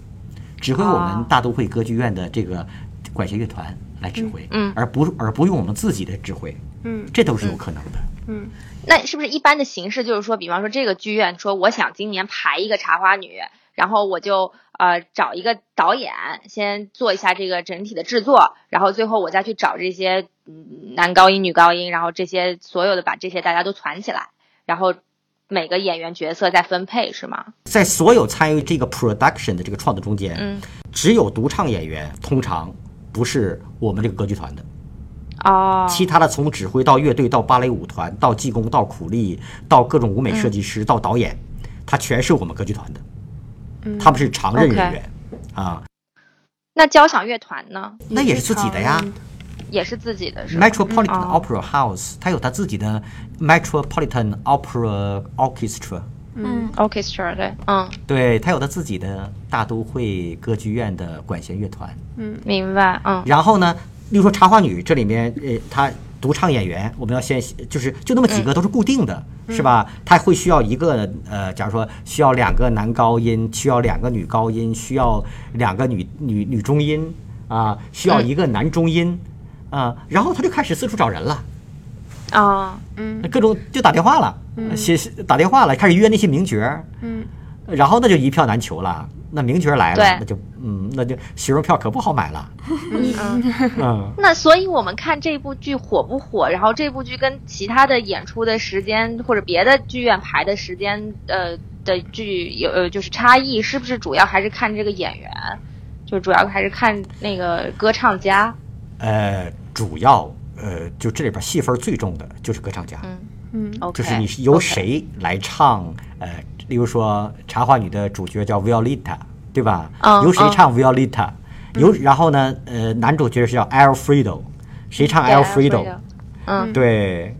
Speaker 2: 指挥我
Speaker 7: 啊
Speaker 2: 们大都会歌剧院的这个管弦乐团来指挥，
Speaker 7: 嗯嗯
Speaker 2: 而不而不用我们自己的指挥，
Speaker 1: 嗯，
Speaker 2: 这都是有可能的。
Speaker 7: 那是不是一般的形式就是说，比方说这个剧院说我想今年排一个茶花女，然后我就呃找一个导演先做一下这个整体的制作，然后最后我再去找这些嗯男高音、女高音，然后这些所有的把这些大家都攒起来，然后每个演员角色在分配，是吗？
Speaker 2: 在所有参与这个 production 的这个创作中间，
Speaker 7: 嗯，
Speaker 2: 只有独唱演员通常不是我们这个歌剧团的，
Speaker 7: 哦，
Speaker 2: 其他的从指挥到乐队到芭蕾舞团到技工到苦力到各种舞美设计师到导演，他全是我们歌剧团的，他们是常任
Speaker 7: OK
Speaker 2: 人员啊，
Speaker 7: 那交响乐团呢，
Speaker 2: 那也是自己的呀。
Speaker 7: 也是自己的是吗？
Speaker 2: Metropolitan
Speaker 7: 哦
Speaker 2: Opera House，它有它自己的 Metropolitan Opera Orchestra，
Speaker 7: Orchestra 对，嗯，
Speaker 2: 对，它有它自己的大都会歌剧院的管弦乐团。
Speaker 7: 明白，嗯
Speaker 2: 然后呢，例如说《茶花女》这里面，呃，她独唱演员，我们要先就是就那么几个都是固定的，是吧？她会需要一个呃，假如说需要两个男高音，需要两个女高音，需要两个女女女中音啊，需要一个男中音啊，然后她就开始四处找人了。
Speaker 7: 啊，
Speaker 2: 各种就打电话了，写写打电话了，开始约那些名角儿，
Speaker 1: 嗯，
Speaker 2: 然后那就一票难求了。那名角儿来了
Speaker 7: 对，
Speaker 2: 那就嗯，那就学生票可不好买了，嗯，
Speaker 7: 那所以我们看这部剧火不火，然后这部剧跟其他的演出的时间或者别的剧院排的时间，呃的剧有呃就是差异，是不是主要还是看这个演员？就主要还是看那个歌唱家，
Speaker 2: 呃，主要呃，就这里边戏份最重的就是歌唱家，
Speaker 1: 嗯
Speaker 7: OK，
Speaker 2: 就是你是由
Speaker 7: OK
Speaker 2: 谁来唱，呃，例如说《茶花女》的主角叫 Violetta，对吧？
Speaker 7: 嗯
Speaker 2: 由谁
Speaker 7: 嗯
Speaker 2: 唱 Violetta？由然后呢，呃，男主角是叫 Alfredo，谁唱
Speaker 7: 对
Speaker 2: Alfredo？
Speaker 7: Alfredo 嗯
Speaker 2: 对，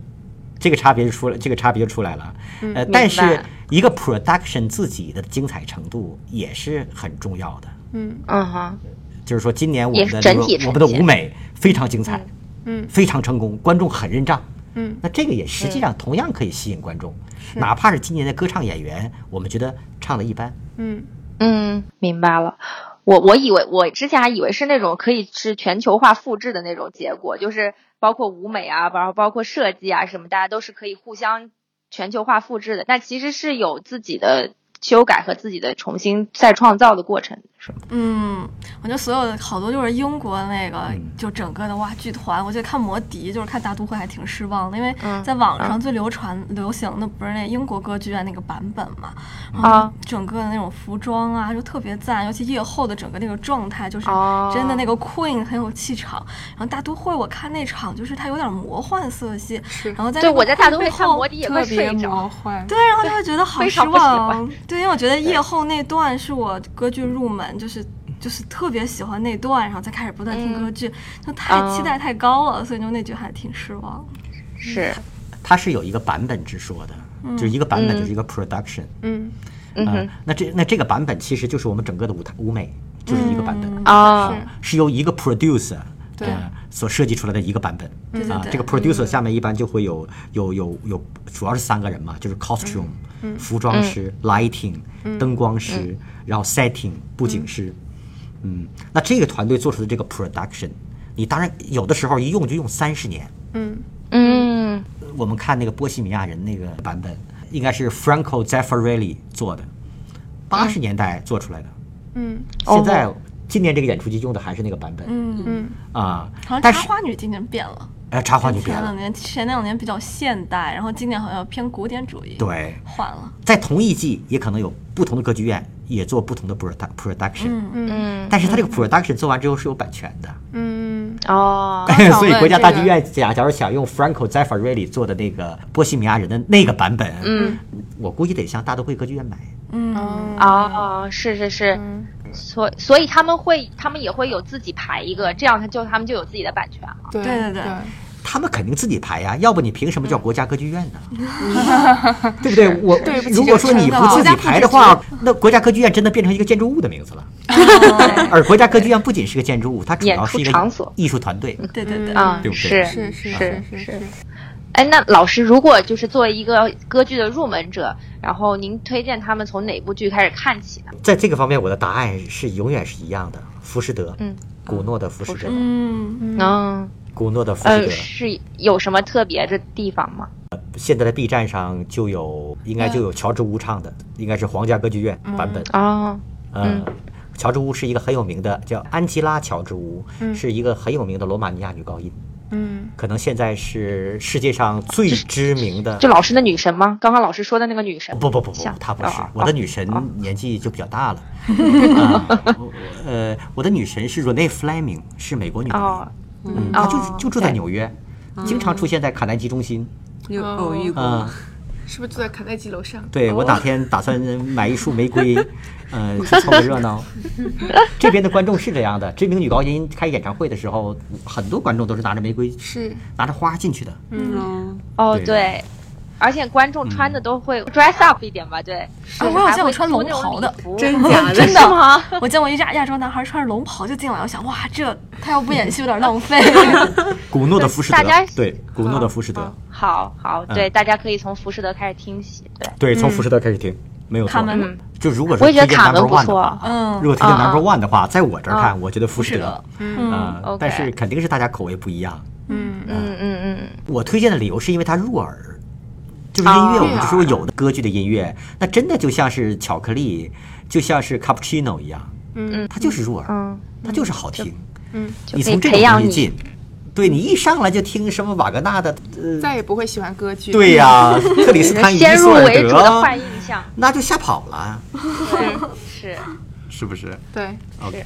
Speaker 2: 这个差别就出来，这个差别就出来了。
Speaker 7: 嗯
Speaker 2: 呃，但是一个 production 自己的精彩程度也是很重要的。
Speaker 7: 嗯哼，
Speaker 2: 就是说，今年我
Speaker 7: 也
Speaker 2: 们
Speaker 7: 是
Speaker 2: 的
Speaker 7: 整
Speaker 2: 这个
Speaker 7: 体呈
Speaker 2: 我们的
Speaker 7: 现
Speaker 2: 舞美非常精彩，
Speaker 1: 嗯
Speaker 2: 非常成功，观众很认账。
Speaker 1: 嗯，
Speaker 2: 那这个也实际上同样可以吸引观众，哪怕是今年的歌唱演员，我们觉得唱的一般，
Speaker 1: 嗯
Speaker 7: 嗯，明白了。我我以为我之前还以为是那种可以是全球化复制的那种结果，就是包括舞美啊，然后包括设计啊什么，大家都是可以互相全球化复制的。但其实是有自己的修改和自己的重新再创造的过程，是吗？
Speaker 4: 嗯，我觉得所有的好多就是英国那个，
Speaker 2: 嗯
Speaker 4: 就整个的哇剧团，我觉得看魔笛就是看大都会还挺失望的，因为
Speaker 7: 嗯
Speaker 4: 在网上最流传、流行的不是那英国歌剧院那个版本嘛，嗯
Speaker 7: 啊，
Speaker 4: 整个的那种服装啊就特别赞，尤其夜后的整个那个状态就是
Speaker 7: 哦
Speaker 4: 真的那个 Queen 很有气场，然后大都会我看那场就是它有点魔幻色系，然后在
Speaker 7: 对
Speaker 4: 那个
Speaker 7: 我在大
Speaker 4: Queen
Speaker 7: 都会
Speaker 4: 背
Speaker 7: 看
Speaker 4: 后
Speaker 7: 魔笛也快
Speaker 1: 特别
Speaker 7: 睡着。
Speaker 1: 魔幻，
Speaker 4: 对，然后就会觉得好
Speaker 7: 非
Speaker 4: 失
Speaker 7: 常不喜欢
Speaker 4: 望。对，因为我觉得夜后那段是我歌剧入门，就是就是特别喜欢那段，然后再开始不断听歌剧，就太期待太高了，所以就那句还挺失望。
Speaker 1: 嗯
Speaker 7: 是，
Speaker 1: 啊
Speaker 2: 它是有一个版本之说的，就是一个版本就是一个 production，
Speaker 1: 嗯
Speaker 2: 嗯
Speaker 7: 嗯哼，，
Speaker 2: 那这那这个版本其实就是我们整个的舞台舞美就是一个版本，
Speaker 7: 哦，
Speaker 2: 是由一个 producer
Speaker 1: 对
Speaker 2: 呃所设计出来的一个版本。
Speaker 4: 对对
Speaker 2: 啊，
Speaker 4: 对嗯
Speaker 2: 这个 producer 下面一般就会有有有有，主要是三个人嘛，就是 costume，服
Speaker 4: 嗯
Speaker 2: 装师，lighting，灯光师，然后 setting 布景师。嗯，那这个团队做出的这个 production，你当然有的时候一用就用三十年。
Speaker 7: 嗯
Speaker 2: 我们看那个波西米亚人那个版本，应该是 Franco Zeffirelli 做的，八十年代做出来的。
Speaker 1: 嗯
Speaker 2: 现在今年这个演出机用的还是那个版本。
Speaker 4: 嗯，
Speaker 1: 嗯
Speaker 2: 啊、
Speaker 4: 好像
Speaker 2: 但
Speaker 4: 茶
Speaker 2: 是
Speaker 4: 花女今年变了，
Speaker 2: 呃，插花就变
Speaker 4: 前
Speaker 2: 了
Speaker 4: 两。年前两年比较现代，然后今年好像偏古典主义，，
Speaker 2: 对，
Speaker 4: 换了。
Speaker 2: 在同一季也可能有不同的歌剧院也做不同的 produ- production，、
Speaker 7: 嗯，
Speaker 2: 但是它这个 production 做完之后是有版权的，
Speaker 1: 嗯
Speaker 7: 哦，
Speaker 2: 所以国家
Speaker 1: 这
Speaker 2: 大
Speaker 1: 个
Speaker 2: 剧院假假如想用 Franco Zeffirelli 做的那个波西米亚人的那个版本，
Speaker 7: 嗯，
Speaker 2: 我估计得向大都会歌剧院买。
Speaker 1: 嗯
Speaker 7: 哦，是是是，
Speaker 1: 嗯
Speaker 7: 所所以他们会，他们也会有自己排一个，这样他就他们就有自己的版权了。
Speaker 1: 对
Speaker 4: 对对对
Speaker 2: 他们肯定自己排呀，要不你凭什么叫国家歌剧院呢？ 对不对？我
Speaker 1: 对不起
Speaker 2: 如果说你不自己排的话，那国家歌剧院真的变成一个建筑物的名字了。而国家歌剧院不仅是个建筑物，它主要是一
Speaker 7: 演出场所
Speaker 2: 个艺术团队。
Speaker 4: 对对对，
Speaker 7: 嗯
Speaker 2: 对，不
Speaker 7: 是
Speaker 2: 对
Speaker 1: 是是
Speaker 7: 是
Speaker 1: 是是
Speaker 7: 哎，那老师，如果就是作为一个歌剧的入门者，然后您推荐他们从哪部剧开始看起呢？
Speaker 2: 在这个方面，我的答案是永远是一样的，浮士德。
Speaker 7: 嗯，
Speaker 2: 古诺的浮士德，
Speaker 4: 嗯，
Speaker 7: 嗯，
Speaker 2: 古诺的浮士
Speaker 7: 呃，
Speaker 2: 德，
Speaker 7: 是有什么特别的地方吗？
Speaker 2: 现在的 B 站上就有，应该就有乔治乌唱的，应该是皇家歌剧院版本。
Speaker 7: 哦，
Speaker 2: 嗯，乔治乌是一个很有名的，叫安吉拉·乔治乌，是一个很有名的罗马尼亚女高音。
Speaker 1: 嗯，
Speaker 2: 可能现在是世界上最知名的。
Speaker 7: 就老师的女神吗？刚刚老师说的那个女神？
Speaker 2: 不不不不
Speaker 7: 像，
Speaker 2: 她不是
Speaker 7: 哦
Speaker 2: 我的女神，年纪就比较大了。啊我我呃，我的女神是 Renee Fleming，是美国女
Speaker 7: 哦
Speaker 2: 的，，嗯，她就
Speaker 7: 哦
Speaker 2: 就住在
Speaker 7: 对哦
Speaker 2: 纽约，经常出现在卡耐基中心。
Speaker 8: 你有偶遇过
Speaker 2: 嗯
Speaker 8: 吗？，
Speaker 1: 是不是住在卡耐基楼上？
Speaker 2: 对
Speaker 7: 哦
Speaker 2: 我哪天打算买一束玫 瑰，呃，去凑个热闹。这边的观众是这样的，知名女高音开演唱会的时候，很多观众都是拿着玫瑰、
Speaker 1: 是，
Speaker 2: 拿着花进去的。
Speaker 8: 嗯，
Speaker 7: 哦
Speaker 2: 对嗯
Speaker 7: 对，而且观众穿的都会 dress up 一点吧？对，
Speaker 4: 啊我有见过穿龙袍的，
Speaker 8: 真假的？
Speaker 7: 真的吗？
Speaker 4: 我见过一亚亚洲男孩穿着龙袍就进来，我想哇，这他要不演戏有点浪 费。
Speaker 2: 古诺的浮士德
Speaker 7: 大家，
Speaker 2: 对，古诺的浮士德，
Speaker 7: 好好，
Speaker 2: 嗯
Speaker 7: 对，大家可以从浮士德开始听起。
Speaker 2: 对，
Speaker 7: 对，
Speaker 2: 从浮士德开始听，没有错。
Speaker 4: 卡门
Speaker 7: 嗯
Speaker 2: 就如果是
Speaker 7: 我也觉得
Speaker 2: 推荐
Speaker 7: 卡门
Speaker 2: number
Speaker 7: 不
Speaker 2: one 的
Speaker 7: 错
Speaker 2: 话，
Speaker 4: 嗯
Speaker 2: 如果推荐
Speaker 7: 嗯嗯
Speaker 2: number one 的话，在我这儿看，
Speaker 7: 嗯
Speaker 2: 我觉得浮士德，
Speaker 4: 嗯，
Speaker 2: 嗯，
Speaker 7: OK
Speaker 2: 但是肯定是大家口味不一样。
Speaker 1: 嗯
Speaker 7: 嗯嗯嗯，
Speaker 2: 我推荐的理由是因为它入耳，就是音乐，
Speaker 7: 哦
Speaker 2: 我们就说有的歌剧的音乐，那真的就像是巧克力，就像是 cappuccino 一样，
Speaker 1: 嗯，
Speaker 2: 它就是入耳，
Speaker 7: 嗯，
Speaker 2: 它就是好听，
Speaker 1: 嗯，
Speaker 7: 就
Speaker 2: 你
Speaker 7: 可以
Speaker 2: 从这
Speaker 7: 培
Speaker 2: 个
Speaker 7: 养
Speaker 2: 东西
Speaker 7: 你
Speaker 2: 进，对你一上来就听什么瓦格纳的，呃，
Speaker 1: 再也不会喜欢歌剧。
Speaker 2: 对呀、克 里斯
Speaker 7: 你的
Speaker 2: 坦与伊
Speaker 7: 先入
Speaker 2: 索尔
Speaker 7: 为主的坏
Speaker 2: 德，
Speaker 7: 印象。
Speaker 2: 那就吓跑了，
Speaker 7: 是，是
Speaker 2: 是不是
Speaker 1: 对，
Speaker 2: ？OK，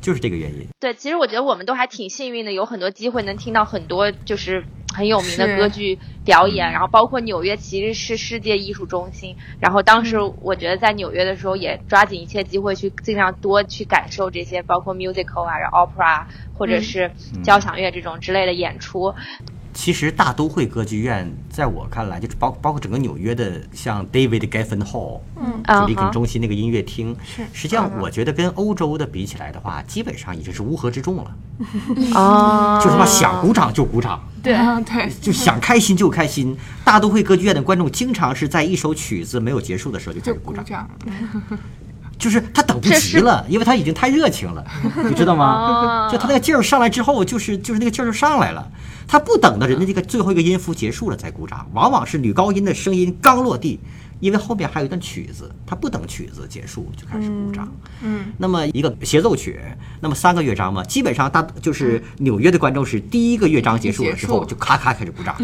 Speaker 2: 就是这个原因。
Speaker 7: 对，其实我觉得我们都还挺幸运的，有很多机会能听到很多就是很有名的
Speaker 1: 是
Speaker 7: 歌剧表演，然后包括纽约其实是世界艺术中心，然后当时我觉得在纽约的时候也抓紧一切机会去尽量多去感受这些，包括 musical 啊，然后 opera 或者是交响乐这种之类的演出。
Speaker 2: 其实大都会歌剧院，在我看来，就是包包括整个纽约的，像 David Geffen Hall，嗯，
Speaker 7: 啊
Speaker 2: 主立
Speaker 7: 哈
Speaker 2: 肯中心那个音乐厅，实际上我觉得跟欧洲的比起来的话，基本上已经是乌合之众了，
Speaker 7: 哦
Speaker 2: 就他妈想鼓掌就鼓掌，
Speaker 1: 对
Speaker 4: 嗯
Speaker 1: 啊，对，
Speaker 2: 就想开心就开心。大都会歌剧院的观众经常是在一首曲子没有结束的时候就开
Speaker 1: 就
Speaker 2: 始鼓
Speaker 1: 鼓
Speaker 2: 掌，
Speaker 1: 掌。
Speaker 2: 就是他等不及了，因为他已经太 热情了，你知道吗？
Speaker 7: 哦
Speaker 2: 就他那个劲儿上来之后，就是就是那个劲儿就上来了，他不等到人家这个最后一个音符结束了再鼓掌，往往是女高音的声音刚落地，因为后面还有一段曲子，他不等曲子结束就开始鼓掌。
Speaker 1: 嗯，
Speaker 2: 那么一个协奏曲，那么三个乐章嘛，基本上大就是纽约的观众是第一个乐章结束了之后
Speaker 1: 结束
Speaker 2: 就咔咔开始鼓掌，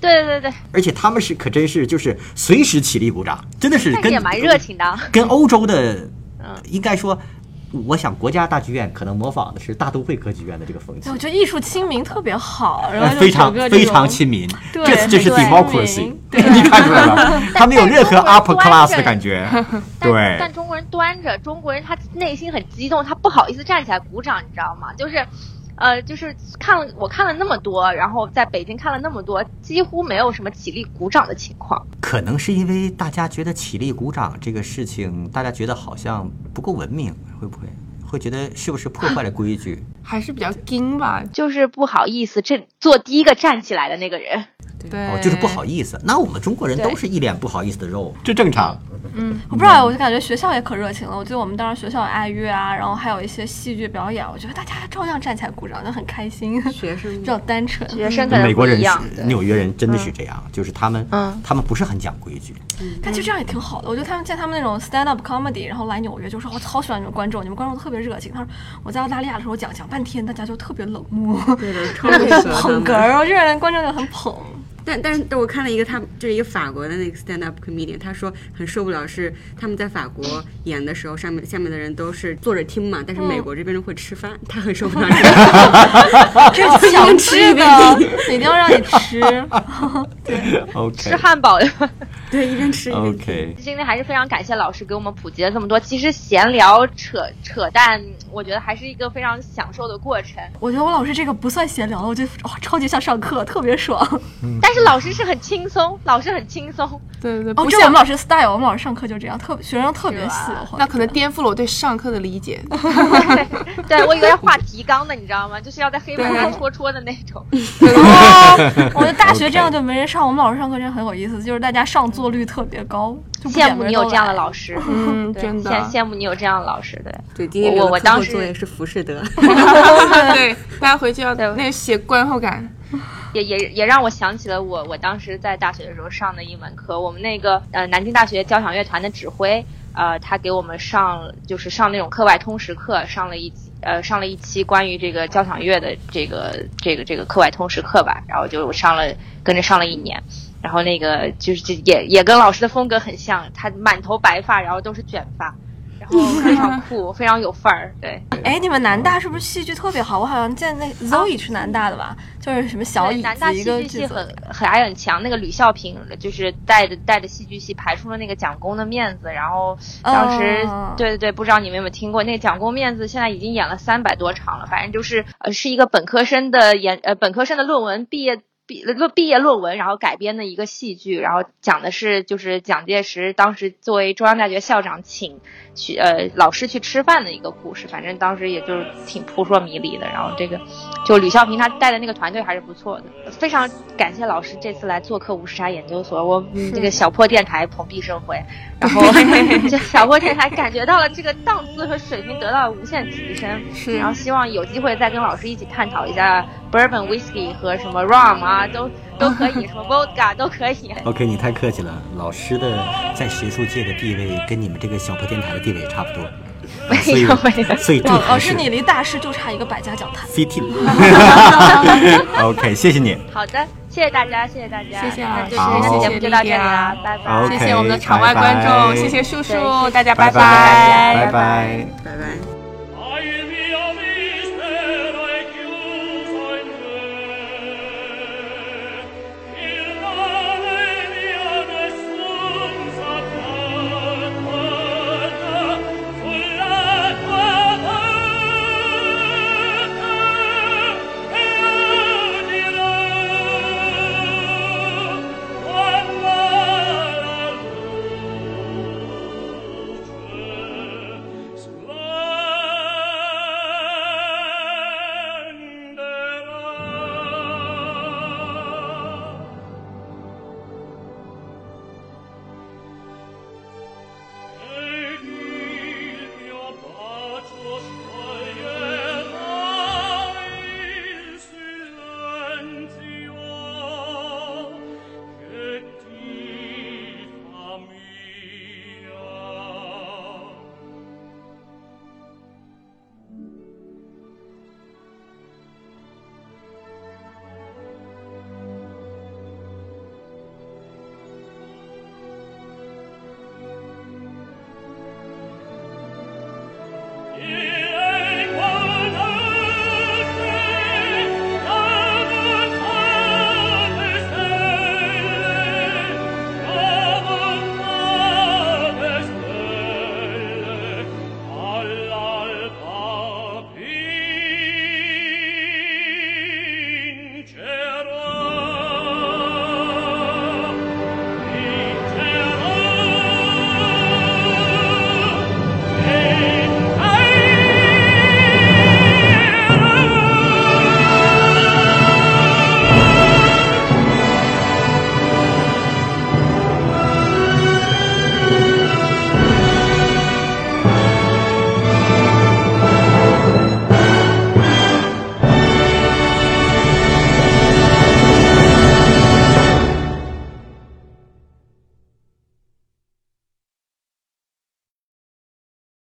Speaker 7: 对对对，
Speaker 2: 而且他们是可真是就是随时起立鼓掌，真的是
Speaker 7: 但是
Speaker 2: 跟
Speaker 7: 也蛮热情的啊。
Speaker 2: 跟欧洲的，应该说，我想国家大剧院可能模仿的是大都会歌剧院的这个风气
Speaker 4: 我，觉得艺术亲民特别好，然后
Speaker 2: 呃
Speaker 4: 就
Speaker 2: 非常
Speaker 4: 整个这
Speaker 2: 非
Speaker 4: 种
Speaker 2: 常亲民，
Speaker 4: 对
Speaker 2: 这这是
Speaker 7: 对
Speaker 2: democracy，
Speaker 4: 对
Speaker 2: 你看出 来了，他没有任何
Speaker 7: 但但
Speaker 2: upper
Speaker 7: 中国人
Speaker 2: class
Speaker 7: 端
Speaker 2: 的
Speaker 7: 着
Speaker 2: 感觉，
Speaker 7: 但
Speaker 2: 对
Speaker 7: 但中国人端着，中国人他内心很激动，他不好意思站起来鼓掌，你知道吗？就是，呃，就是看了我看了那么多，然后在北京看了那么多，几乎没有什么起立鼓掌的情况。
Speaker 2: 可能是因为大家觉得起立鼓掌这个事情，大家觉得好像不够文明，会不会会觉得是不是破坏了规矩？
Speaker 1: 还是比较硬吧。
Speaker 7: 就是不好意思，这做第一个站起来的那个人，
Speaker 1: 对，
Speaker 2: 哦，就是不好意思。那我们中国人
Speaker 7: 对
Speaker 2: 都是一脸不好意思的肉，这正常。
Speaker 4: 我不知道，我就感觉学校也可热情了。我记得我们当时学校有爱乐啊，然后还有一些戏剧表演，我觉得大家照样站起来鼓掌，就很开心，
Speaker 8: 学生
Speaker 4: 比较单纯。
Speaker 7: 学生可能
Speaker 2: 美国
Speaker 7: 不
Speaker 2: 人
Speaker 7: 一样。
Speaker 2: 是、纽约人真的是这样，就是他们，
Speaker 7: 嗯
Speaker 2: 他们不是很讲规矩。
Speaker 4: 但其实这样也挺好的。我觉得他们见他们那种 stand up comedy，然后来纽约就说，我好喜欢你们观众，你们观众特别热情。他说我在澳大利亚的时候讲讲半天，大家就特别冷漠，
Speaker 8: 对的，超
Speaker 4: 然后
Speaker 8: 级
Speaker 4: 就
Speaker 8: 适合
Speaker 4: 捧
Speaker 8: 他
Speaker 4: 哏
Speaker 8: 们。
Speaker 4: 儿，我这人观众就很 捧。
Speaker 8: 但但是我看了一个他，就是一个法国的那个 stand up comedian，他说很受不了是他们在法国演的时候，上面下面的人都是坐着听嘛，但是
Speaker 7: 嗯
Speaker 8: 美国这边人会吃饭，他很受不了这个。
Speaker 4: 这是强制的，一定要 让你吃。
Speaker 7: 吃
Speaker 2: OK
Speaker 7: 汉堡的，
Speaker 8: 对，一边吃一边
Speaker 2: OK，
Speaker 7: 今天还是非常感谢老师给我们普及了这么多。其实闲聊扯扯淡，我觉得还是一个非常享受的过程。
Speaker 4: 我觉得我老师这个不算闲聊了，我觉得哇、超级像上课，特别爽。
Speaker 2: 嗯
Speaker 7: 但是老师是很轻松，老师很轻松。
Speaker 1: 对对对，
Speaker 4: 哦，
Speaker 1: 不
Speaker 4: 这
Speaker 1: 像
Speaker 4: 我们老师 style，我们老师上课就这样，特学生特别喜欢。
Speaker 1: 那可能颠覆了我对上课的理解。
Speaker 7: 对，我以为要画提纲的，你知道吗？就是要在黑板
Speaker 1: 啊
Speaker 7: 上戳戳的那种。
Speaker 4: 哦，我的大学这样就没人上，我们老师上课真的很有意思，就是大家上座率特别高，就不
Speaker 7: 羡
Speaker 4: 点
Speaker 7: 慕
Speaker 4: 名
Speaker 7: 你
Speaker 4: 都
Speaker 7: 有这样的
Speaker 4: 来
Speaker 7: 老师，
Speaker 1: 嗯，
Speaker 7: 对，
Speaker 1: 真的。
Speaker 7: 羡羡慕你有这样的老师，对。
Speaker 8: 对，今天
Speaker 7: 我
Speaker 8: 留的
Speaker 7: 我
Speaker 8: 课
Speaker 7: 当
Speaker 8: 后
Speaker 7: 时
Speaker 8: 作业是浮士德。
Speaker 1: 对，大家回去要
Speaker 7: 对
Speaker 1: 那写观后感。
Speaker 7: 也也也让我想起了我我当时在大学的时候上的一门课，我们那个呃南京大学交响乐团的指挥，呃，他给我们上就是上那种课外通识课，上了一集呃上了一期关于这个交响乐的这个这个这个课外通识课吧，然后就上了跟着上了一年。然后那个就是这也也跟老师的风格很像，他满头白发，然后都是卷发，然后非常酷，非常有范儿。对，
Speaker 4: 哎，你们南大是不是戏剧特别好？我好像见那 Zoe 是南大的吧？就是什么小
Speaker 7: 啊对
Speaker 4: 椅
Speaker 7: 南大
Speaker 4: 子
Speaker 7: 戏
Speaker 4: 一个
Speaker 7: 剧系
Speaker 4: 制作
Speaker 7: 很
Speaker 4: 的，
Speaker 7: 很爱很强，那个吕孝平就是带着带着戏剧系排除了那个蒋公的面子，然后当时、
Speaker 4: 哦
Speaker 7: 对对对，不知道你们有没有听过那个蒋公面子，现在已经演了三百多场了，反正就是呃是一个本科生的研呃本科生的论文毕业。毕论毕业论文，然后改编的一个戏剧，然后讲的是就是蒋介石当时作为中央大学校长请去呃老师去吃饭的一个故事，反正当时也就是挺扑朔迷离的。然后这个就吕孝平他带的那个团队还是不错的，非常感谢老师这次来做客无时差研究所，我嗯这个小破电台蓬荜生辉，然后这小破电台感觉到了这个档次和水平得到了无限提升，
Speaker 1: 是
Speaker 7: 然后希望有机会再跟老师一起探讨一下 bourbon whiskey 和什么 rum 啊，都都可以，什么 vodka 都可以。
Speaker 2: OK，你太客气了，老师的在学术界的地位跟你们这个小破电台的地位也差不多，所
Speaker 7: 没
Speaker 2: 以
Speaker 7: 有没有，
Speaker 2: 所以这
Speaker 4: 老
Speaker 2: 还
Speaker 4: 老
Speaker 2: 是
Speaker 4: 师哦你离大师就差一个百家讲坛。
Speaker 2: CT。OK，谢谢你。
Speaker 7: 好的，谢谢大家，谢谢大家，
Speaker 1: 谢谢
Speaker 7: 那
Speaker 1: 啊
Speaker 7: 就是
Speaker 2: 好
Speaker 7: 那节目就到这里啦
Speaker 1: 谢谢，
Speaker 7: 拜拜。
Speaker 2: 好
Speaker 1: 谢谢我们的场
Speaker 2: OK，
Speaker 1: 外观
Speaker 2: 拜拜
Speaker 1: 众，谢谢叔叔，大家
Speaker 2: 拜
Speaker 1: 拜
Speaker 2: 拜拜
Speaker 7: 拜
Speaker 2: 拜
Speaker 8: 拜拜。